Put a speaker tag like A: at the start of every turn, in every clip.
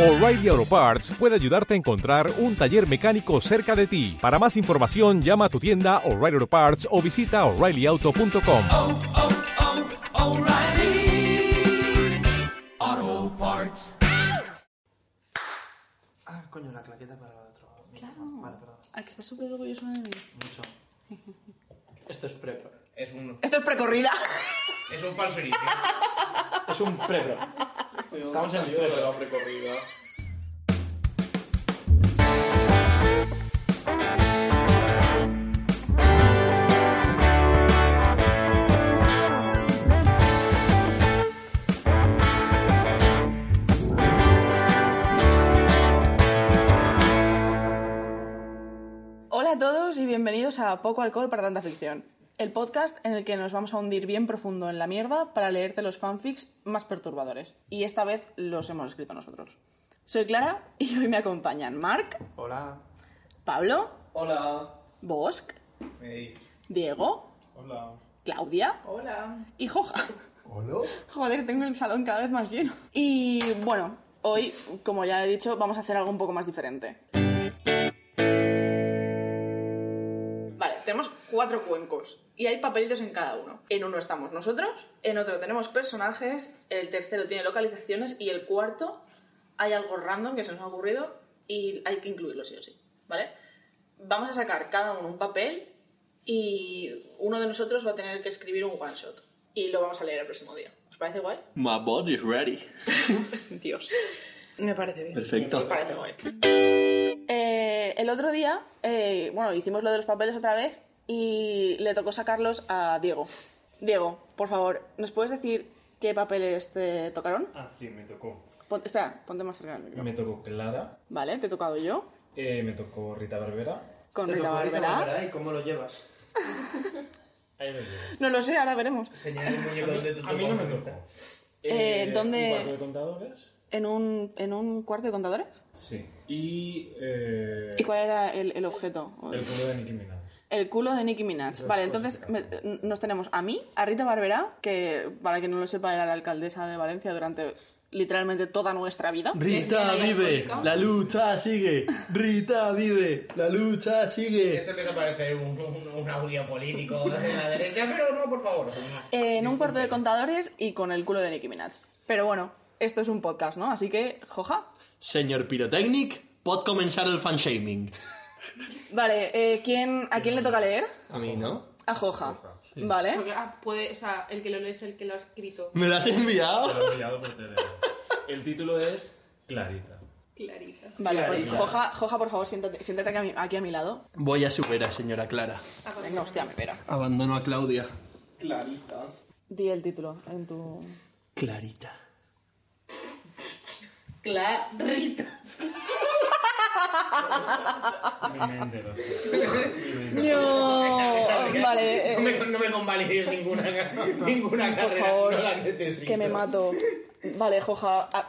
A: O'Reilly Auto Parts puede ayudarte a encontrar un taller mecánico cerca de ti. Para más información, llama a tu tienda O'Reilly Auto Parts o visita oreillyauto.com.
B: O'Reilly Auto Parts.
C: Ah, coño, la claqueta para la de otro. lado. Mira,
D: Claro.
C: Vale, perdón.
D: ¿A que estás súper orgulloso de mí?
C: Mucho. Esto es pre -pro.
E: Es un,
D: Esto es precorrida.
E: es un falso inicio.
C: Es un pre -pro. Estamos en el pre -pro.
D: Hola a todos y bienvenidos a Poco Alcohol para Tanta Ficción, el podcast en el que nos vamos a hundir bien profundo en la mierda para leerte los fanfics más perturbadores. Y esta vez los hemos escrito nosotros. Soy Clara y hoy me acompañan Marc,
C: Hola.
D: Pablo,
C: Hola.
D: Bosk,
E: Ey,
D: Diego,
C: Hola.
D: Claudia y Joja.
C: ¿Hola?
D: Joder, tengo el salón cada vez más lleno. Y bueno, hoy, como ya he dicho, vamos a hacer algo un poco más diferente. Vale, tenemos cuatro cuencos y hay papelitos en cada uno. En uno estamos nosotros, en otro tenemos personajes, el tercero tiene localizaciones y el cuarto hay algo random que se nos ha ocurrido y hay que incluirlo sí o sí, ¿vale? Vamos a sacar cada uno un papel y uno de nosotros va a tener que escribir un one shot y lo vamos a leer el próximo día. ¿Os parece guay?
F: My body is ready.
D: Dios. Me parece bien.
F: Perfecto.
D: parece guay. el otro día, eh, bueno, hicimos lo de los papeles otra vez y le tocó sacarlos a Diego. Diego, por favor, ¿nos puedes decir qué papeles te tocaron?
G: Ah, sí, me tocó.
D: Pon- espera, ponte más cerca del micro.
G: Me tocó Clara,
D: Vale, te he tocado yo
G: eh, me tocó Rita Barbera.
D: con Rita Barberá.
C: ¿Y cómo lo llevas?
G: Ahí lo llevo.
D: No lo sé, ahora veremos.
E: señala el muñeco donde te
G: A mí no me
E: toca.
G: tocó.
D: Eh, ¿dónde-
G: ¿un cuarto de contadores?
D: ¿En un, en un cuarto de contadores?
G: Sí. Y. Eh,
D: ¿Y cuál era el, el objeto?
G: el culo de Nicki Minaj.
D: El culo de Nicki Minaj. Vale, entonces me- nos tenemos a mí, a Rita Barberá, que para quien no lo sepa era la alcaldesa de Valencia durante literalmente toda nuestra vida.
F: Rita vive, la lucha sigue. Rita vive, la lucha sigue.
E: Esto empieza a parecer un, un, un audio político de la derecha, pero no, por favor. No.
D: Eh, en un cuarto de contadores y con el culo de Nicki Minaj. Pero bueno, esto es un podcast, ¿no? Así que, joja.
F: Señor Pirotecnic, pod comenzar el fanshaming.
D: Vale, eh, ¿quién, ¿a quién le toca leer?
F: A mí, ¿no?
D: A Joja. Vale.
H: Porque, ah, puede, o sea, el que lo lee es el que lo ha escrito.
F: ¿Me lo has
G: Te
F: enviado?
G: lo he enviado por teléfono. El título es Clarita.
H: Clarita.
D: Vale, pues Joja, Joja por favor, siéntate, siéntate aquí, a mi, aquí a mi lado.
F: Voy a superar, señora Clara.
D: Venga, hostia, me espera.
F: Abandono a Claudia.
D: Di el título en tu...
F: Clarita.
G: Mi mente lo sé.
D: ¡No! Vale, eh,
E: No me, no me convalides ninguna, ninguna
D: Por
E: carrera,
D: favor,
E: no la necesito.
D: que me mato. Vale, Joja. ah,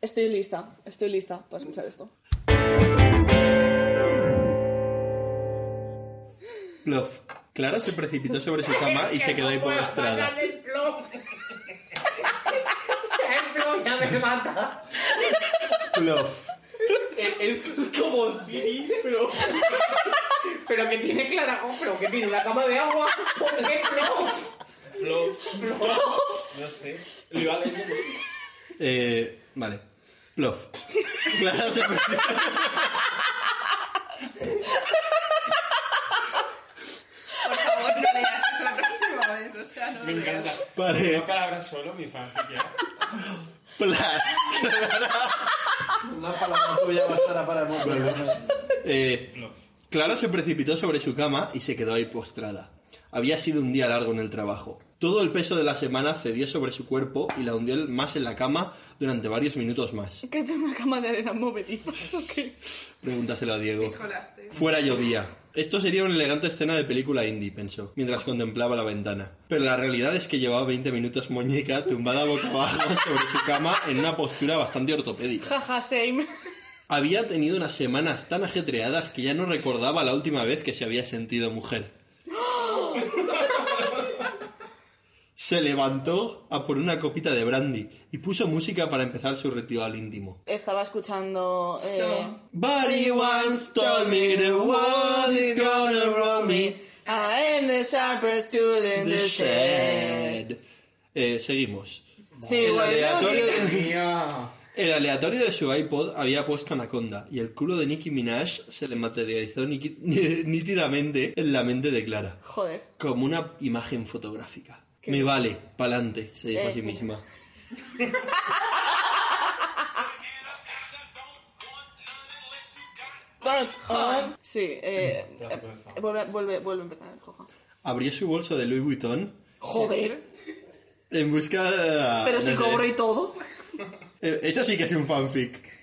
D: Estoy lista, estoy lista para escuchar esto.
F: Bluff. Clara se precipitó sobre su cama y se quedó ahí postrada.
E: Dale el flow. El flow ya me mata.
F: Bluff.
E: Esto es como si, pero. Pero que tiene Clara pero que tiene una cama de agua. ¿Por qué flow?
G: Flow. No sé. Lo iba leyendo, pues,
F: Eh, vale. Bluff. Clara se precipitó.
H: Por favor, no leas eso la próxima vez. O sea, no
G: Me
H: lo
G: encanta.
F: Vale.
G: No palabra solo, mi fanfic ya.
F: Plas.
C: Una palabra tuya bastará para el mundo.
F: Eh, Clara se precipitó sobre su cama y se quedó ahí postrada. Había sido un día largo en el trabajo. Todo el peso de la semana cedió sobre su cuerpo y la hundió más en la cama durante varios minutos más.
D: Que tengo una cama de arena movediza, ¿o qué?
F: Pregúntaselo a Diego.
H: escolaste.
F: Fuera llovía. Esto sería una elegante escena de película indie, pensó, mientras contemplaba la ventana. Pero la realidad es que llevaba 20 minutos muñeca tumbada boca abajo sobre su cama en una postura bastante ortopédica.
D: Jaja, same.
F: Había tenido unas semanas tan ajetreadas que ya no recordaba la última vez que se había sentido mujer. se levantó a por una copita de brandy y puso música para empezar su ritual íntimo.
D: Estaba escuchando. eh,
H: So.
F: Body once told me the world is gonna roll me
D: I am the sharpest tool in
F: in
D: the
F: the
D: shed.
F: shed. Eh, seguimos.
D: Sí,
F: El aleatorio,
D: bueno.
F: de,
E: Mía.
F: el aleatorio de su iPod había puesto Anaconda y el culo de Nicki Minaj se le materializó niqui- nítidamente en la mente de Clara,
D: Joder.
F: como una imagen fotográfica. Me vale, pa'lante, se dijo a sí
D: Eh.
F: misma.
D: Sí, eh, eh, vuelve, vuelve, vuelve a empezar, jojo.
F: Abrió su bolso de Louis Vuitton
D: Joder,
F: en busca...
D: pero si
F: Ah, no sé,
D: cobro y todo.
F: eh, Eso sí que es un fanfic.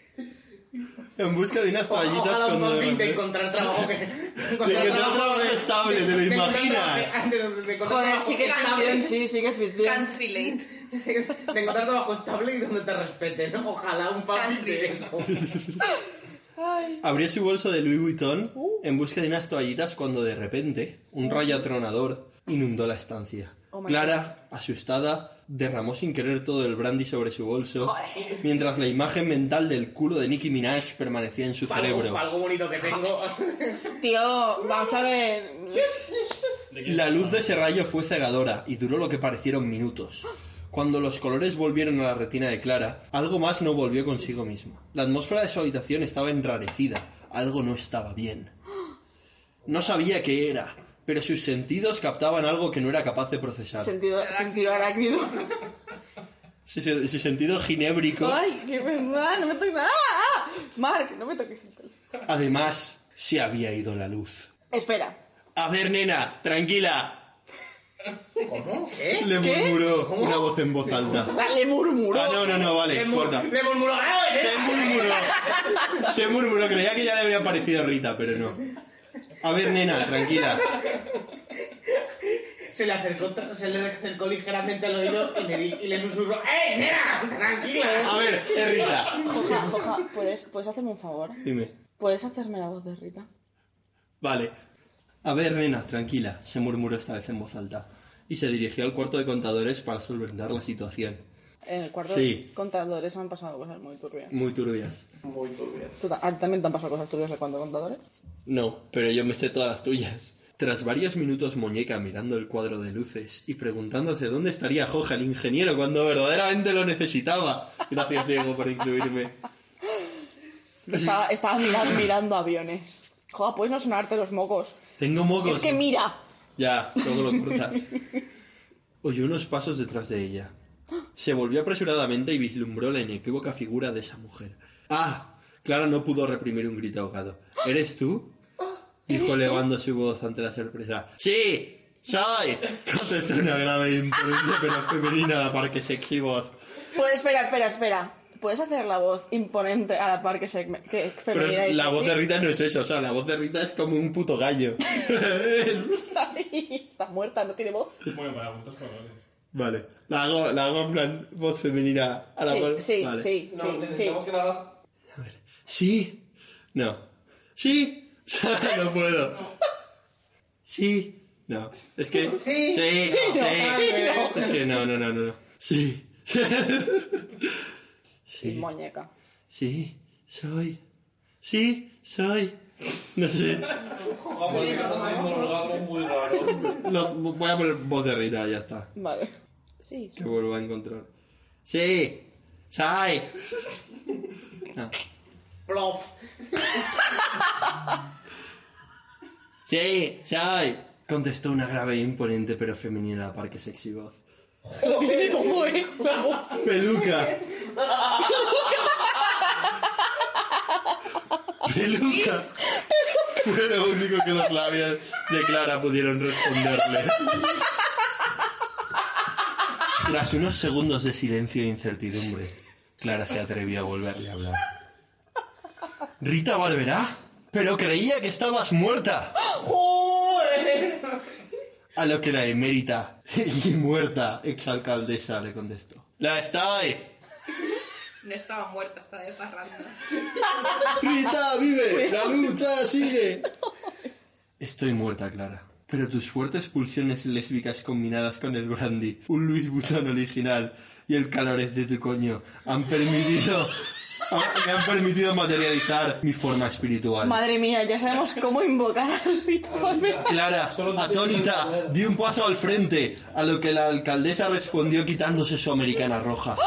F: En busca de unas toallitas
E: Ojalá un
F: con...
E: fanfic de encontrar trabajo que...
F: De encontrar trabajo estable, ¿te lo
E: de encontrar
F: imaginas?
E: trabajo- de- de- de encontrar
D: Joder,
E: trabajo
D: sí que es
E: estable.
D: ficción, sí, sí que es ficción.
H: Can't relate.
E: De encontrar trabajo estable y donde te respeten. Ojalá un fanfic de eso.
F: Abrió su bolso de Louis Vuitton en busca de unas toallitas cuando de repente un rayo atronador inundó la estancia. Clara, asustada, derramó sin querer todo el brandy sobre su bolso, mientras la imagen mental del culo de Nicki Minaj permanecía en su
E: Para algo, pa'
F: cerebro.
E: algo bonito que tengo.
D: Tío, vamos a ver.
F: La luz de ese rayo fue cegadora y duró lo que parecieron minutos. Cuando los colores volvieron a la retina de Clara, algo más no volvió consigo misma. La atmósfera de su habitación estaba enrarecida, algo no estaba bien. No sabía qué era, pero sus sentidos captaban algo que no era capaz de procesar.
D: Sentido, sentido arácnido.
F: Su, su- su sentido ginébrico.
D: Ay, que me ah, no me toques. ¡Ah! ah. Mark, no me toques el pelo.
F: Además, se había ido la luz.
D: Espera.
F: A ver, nena, tranquila.
E: ¿Cómo? ¿Eh?
F: Le
D: ¿Qué?
F: murmuró una voz en voz alta.
D: Dale murmuró.
F: Ah, no, no, no,
E: Le
F: vale,
E: mur-
F: corta.
E: Le murmuró. ¡Eh!
F: Se murmuró. Se murmuró. Creía que ya le había aparecido Rita, pero no. A ver, nena, tranquila.
E: Se le acercó, tra- se le acercó ligeramente al oído y le, di- y le susurró. ¡Eh, nena! Tranquila.
F: A ver, es Rita.
D: Joja, Joja, ¿puedes, ¿puedes hacerme un favor?
F: Dime.
D: ¿Puedes hacerme la voz de Rita?
F: Vale. A ver, nena, tranquila. Se murmuró esta vez en voz alta. Y se dirigió al cuarto de contadores para solventar la situación.
D: En el cuarto
F: Sí.
D: de contadores me han pasado cosas muy turbias.
F: Muy turbias.
D: ¿Tú ta- ah, también te han pasado cosas turbias en el cuarto de contadores?
F: No, pero yo me sé todas las tuyas. Tras varios minutos muñeca mirando el cuadro de luces y preguntándose dónde estaría Joja el ingeniero cuando verdaderamente lo necesitaba. Gracias Diego por incluirme.
D: Estaba, estaba mirando, mirando aviones. Joder, puedes no sonarte los mocos.
F: Tengo mocos.
D: Es que mira.
F: Ya, luego lo cortas. Oyó unos pasos detrás de ella. Se volvió apresuradamente y vislumbró la inequívoca figura de esa mujer. ¡Ah! Clara no pudo reprimir un grito ahogado. ¿Eres tú?
D: Oh,
F: Dijo elevando su voz ante la sorpresa. ¡Sí! ¡Soy! Contestó una grave e imponente pero femenina a la par que sexy voz.
D: Pues espera, espera, espera. ¿Puedes hacer la voz imponente a la par que, se, que
F: Pero
D: femenina y
F: la voz
D: sexy?
F: de Rita no es eso, o sea, la voz de Rita es como un puto gallo. Es-
D: Está muerta, no tiene voz.
G: Bueno, para gustos colores.
F: Vale, la hago, la hago en plan voz femenina a la
D: sí,
F: par-
D: sí,
F: Vale.
D: sí,
I: No,
D: sí, sí.
I: necesitamos que la hagas.
F: Sí. No. Sí. no puedo. Sí. No. Es que. Sí. Sí.
E: no.
F: Es que no, no, no, no. no. Sí.
D: Y
F: sí.
D: Muñeca.
F: Sí. Soy. Sí. Soy. No sé.
I: Vamos, que estás haciendo un algo muy raro.
F: Lo- voy a poner voz de Rita, ya está.
D: Vale. Sí, sí.
F: Que vuelva a encontrar. Sí. Soy. No.
E: Plof.
F: Sí. Soy. Contestó una grave e imponente pero femenina a la par que sexy voz.
D: ¿Cómo es?
F: Peluca. Peluca. Fue lo único que los labios de Clara pudieron responderle. Tras unos segundos de silencio e incertidumbre, Clara se atrevió a volverle a hablar. Rita Barberá, pero creía que estabas muerta. A lo que la emérita y muerta exalcaldesa le contestó. La estoy.
H: No estaba muerta, estaba de parranda.
F: Rita, vive, la lucha sigue. Estoy muerta, Clara. Pero tus fuertes pulsiones lésbicas combinadas con el brandy, un Luis Butón original y el calorez de tu coño han permitido... Me han permitido materializar mi forma espiritual.
D: Madre mía, ya sabemos cómo invocar al ritual.
F: Clara, atónita, di un paso al frente, a lo que la alcaldesa respondió quitándose su americana roja.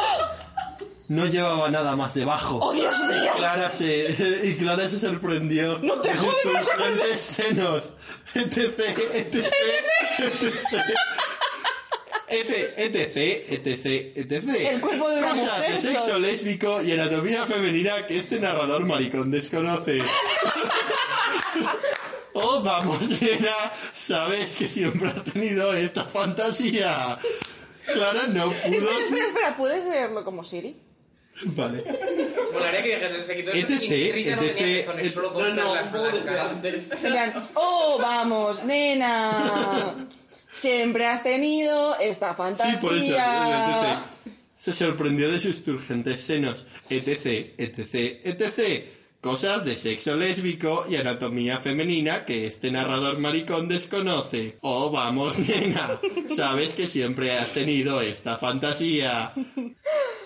F: No llevaba nada más debajo.
D: ¡Oh, Dios mío!
F: Clara se, y Clara se sorprendió
D: No te
F: de sus
D: jodas, no se
F: turbantes senos. Este Etc, etc, este etc, etc, etc, etc.
D: El cuerpo de una
F: este Cosas
D: mujer,
F: de
D: Dios.
F: sexo lésbico y anatomía femenina que este narrador maricón desconoce. Oh, vamos, nena, sabes que siempre has tenido esta fantasía. Clara no pudo...
D: Espera, espera, espera, ¿puedes leerlo como Siri?
F: Vale.
E: Molaría que dijesen, se quitó
F: ETC,
E: y Rita no tenía
F: ETC,
E: pezones, solo
I: No,
E: dos
I: no,
E: perlas
I: un poco desde
E: blancas.
I: antes.
D: En plan, oh, vamos, nena. Siempre has tenido esta
F: Sí,
D: fantasía.
F: por eso. el ETC. Se sorprendió de sus turgentes senos. Etc, etc, etc. Cosas de sexo lésbico y anatomía femenina que este narrador maricón desconoce. Oh, vamos, nena. Sabes que siempre has tenido esta fantasía.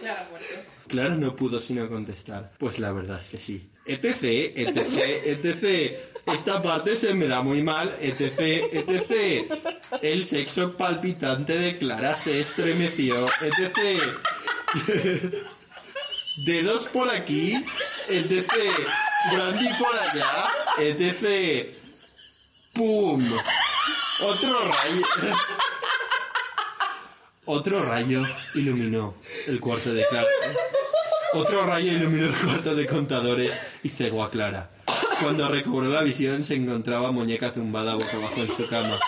H: Clara Fuerte.
F: Clara no pudo sino contestar. Pues la verdad es que sí. E ETC, ETC, ETC. e Esta parte se me da muy mal. E ETC, ETC. El sexo palpitante de Clara se estremeció. E ETC. Dedos por aquí. ETC. Brandy por allá. ETC. ¡Pum! Otro rayo. Otro rayo iluminó el cuarto de Clara. Otro rayo iluminó el cuarto de contadores y cegó a Clara. Cuando recobró la visión se encontraba muñeca tumbada boca abajo en su cama.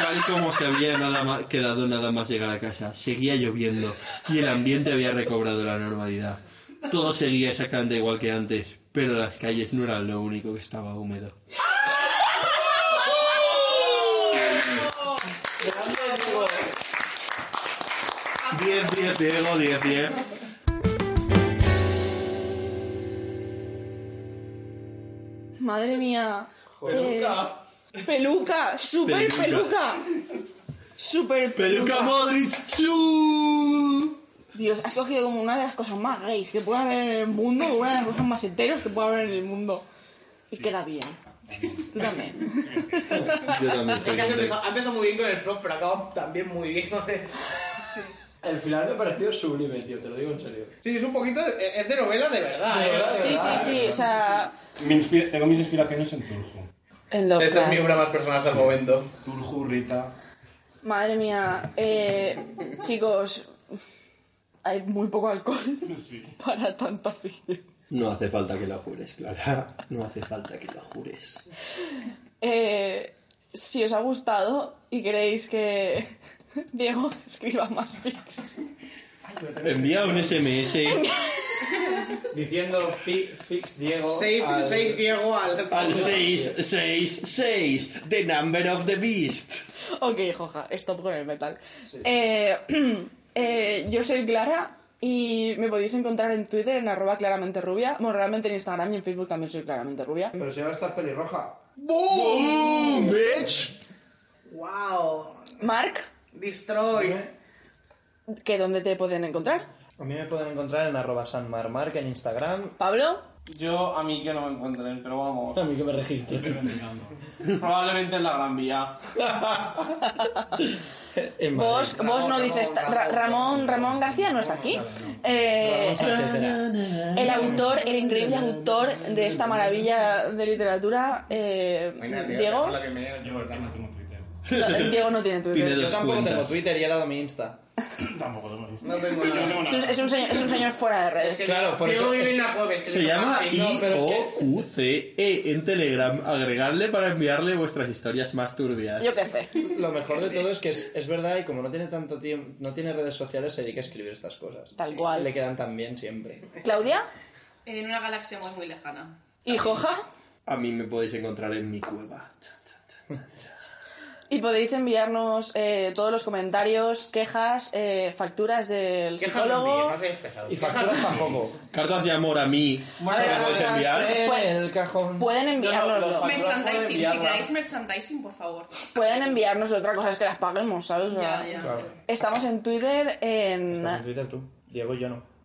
F: Tal como se había nada ma- quedado nada más llegar a casa. Seguía lloviendo y el ambiente había recobrado la normalidad. Todo seguía exactamente igual que antes, pero las calles no eran lo único que estaba húmedo. Bien, bien, Diego, bien, bien.
D: Madre mía.
I: Peluca.
D: Eh, peluca, super
F: Peluca.
D: peluca. Super
F: Peluca
D: peluca.
F: Modric, chu.
D: Dios, has cogido como una de las cosas más gays que puede haber en el mundo, una de las cosas más heteros que puede haber en el mundo. Y queda bien. Tú también.
F: Yo también
E: Es
F: soy
E: que ha
F: hombre.
E: empezado- ha empezado muy bien con el prop, pero ha acabado también muy bien. no sé.
I: El final me pareció sublime, tío, te lo digo en serio.
E: Sí, es un poquito. Es de novela de verdad.
I: De
E: ¿eh?
I: verdad, de
D: Sí, sí,
I: verdad.
D: sí, o sea.
G: Mi inspi- tengo mis inspiraciones en Tulhu.
D: En
E: Esta es mi obra más personal hasta el momento.
G: Tulhu, Rita.
D: Madre mía, eh, chicos, hay muy poco alcohol para tanta fiesta.
F: No hace falta que la jures, Clara. No hace falta que la jures.
D: Eh, si os ha gustado y queréis que Diego escriba más pics,
F: Envía un SMS
I: Diciendo fi- fix Diego.
E: Seis,
I: al-
E: seis Diego al.
F: al 666, the number of the beast.
D: Ok, Joja, stop con el metal. Eh, eh, yo soy Clara y me podéis encontrar en Twitter en arroba claramente rubia. Bueno, realmente en Instagram y en Facebook también soy claramente rubia.
I: Pero si ahora estás pelirroja.
F: ¡Boom, bitch!
E: ¡Wow!
D: Mark,
E: Destroy.
D: que dónde te pueden encontrar.
I: ¿Eh? A mí me pueden encontrar en arroba sanmarmark en Instagram.
D: Pablo,
J: Yo a mí que no me encuentren, pero vamos.
I: A mí que me registren.
J: Probablemente en la Gran Vía.
I: En Madrid.
D: vos, vos no dices ta- Ra- Ramón, Ramón García no está aquí. Eh,
I: Etcétera.
D: el autor, el increíble autor de esta maravilla de literatura, eh, Diego.
G: Yo no tengo Twitter.
D: No, Diego no tiene
F: Tiene
D: Twitter.
I: Yo
F: dos
I: tampoco tengo
F: cuentas.
I: Twitter y he dado mi Insta.
G: Tampoco tengo Twitter.
E: No tengo
G: Yo no
E: nada.
G: tengo
D: Es un,
G: nada.
D: es un señor, es un señor fuera de redes.
I: Claro, por
E: Diego
I: eso-
E: vive en la cueva, es que
F: Se
E: no-
F: llama
E: no, pero es que-
F: IOQCE E en Telegram. Agregarle para enviarle vuestras historias más turbias.
D: Yo qué sé.
I: Lo mejor de todo es que es, es verdad y como no tiene tanto tiempo, no tiene redes sociales, se dedica a escribir estas cosas.
D: Tal cual.
I: Le quedan tan bien siempre.
D: Claudia
H: En una galaxia muy, muy lejana.
D: y Joja.
F: A mí me podéis encontrar en mi cueva.
D: Y podéis enviarnos eh, todos los comentarios, quejas, eh, facturas del
E: Quejas
D: psicólogo.
E: no seas pesado.
F: Y facturas
I: tampoco.
F: Cartas de amor a mí. ¿Me las podéis enviar?
I: el cajón.
D: Pueden enviárnoslo.
H: Merchandising, si queréis merchandising, por favor.
D: Pueden enviarnos otra cosa es que las paguemos, ¿sabes? O sea,
H: Ya, ya.
D: Estamos en Twitter, en...
I: Estás en Twitter tú. Diego y yo no.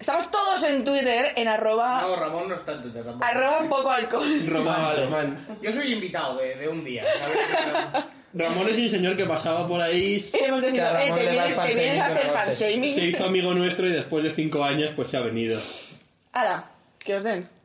D: Estamos todos en Twitter, en arroba...
E: No, Ramón no está en Twitter tampoco.
D: Arroba poco alcohol.
F: Román,
E: Vale.
F: Román.
E: Yo soy invitado de, de un día. A ver,
F: Ramón es un señor que pasaba por ahí,
D: Y le hemos decidido,
I: Cada
D: eh,
I: uno
D: te
I: le da
D: vienes,
I: el
D: te vienes a hacer
I: fanshaming por la
D: fanshaming.
F: se hizo amigo nuestro y después de cinco años pues se ha venido.
D: Ala, que os den.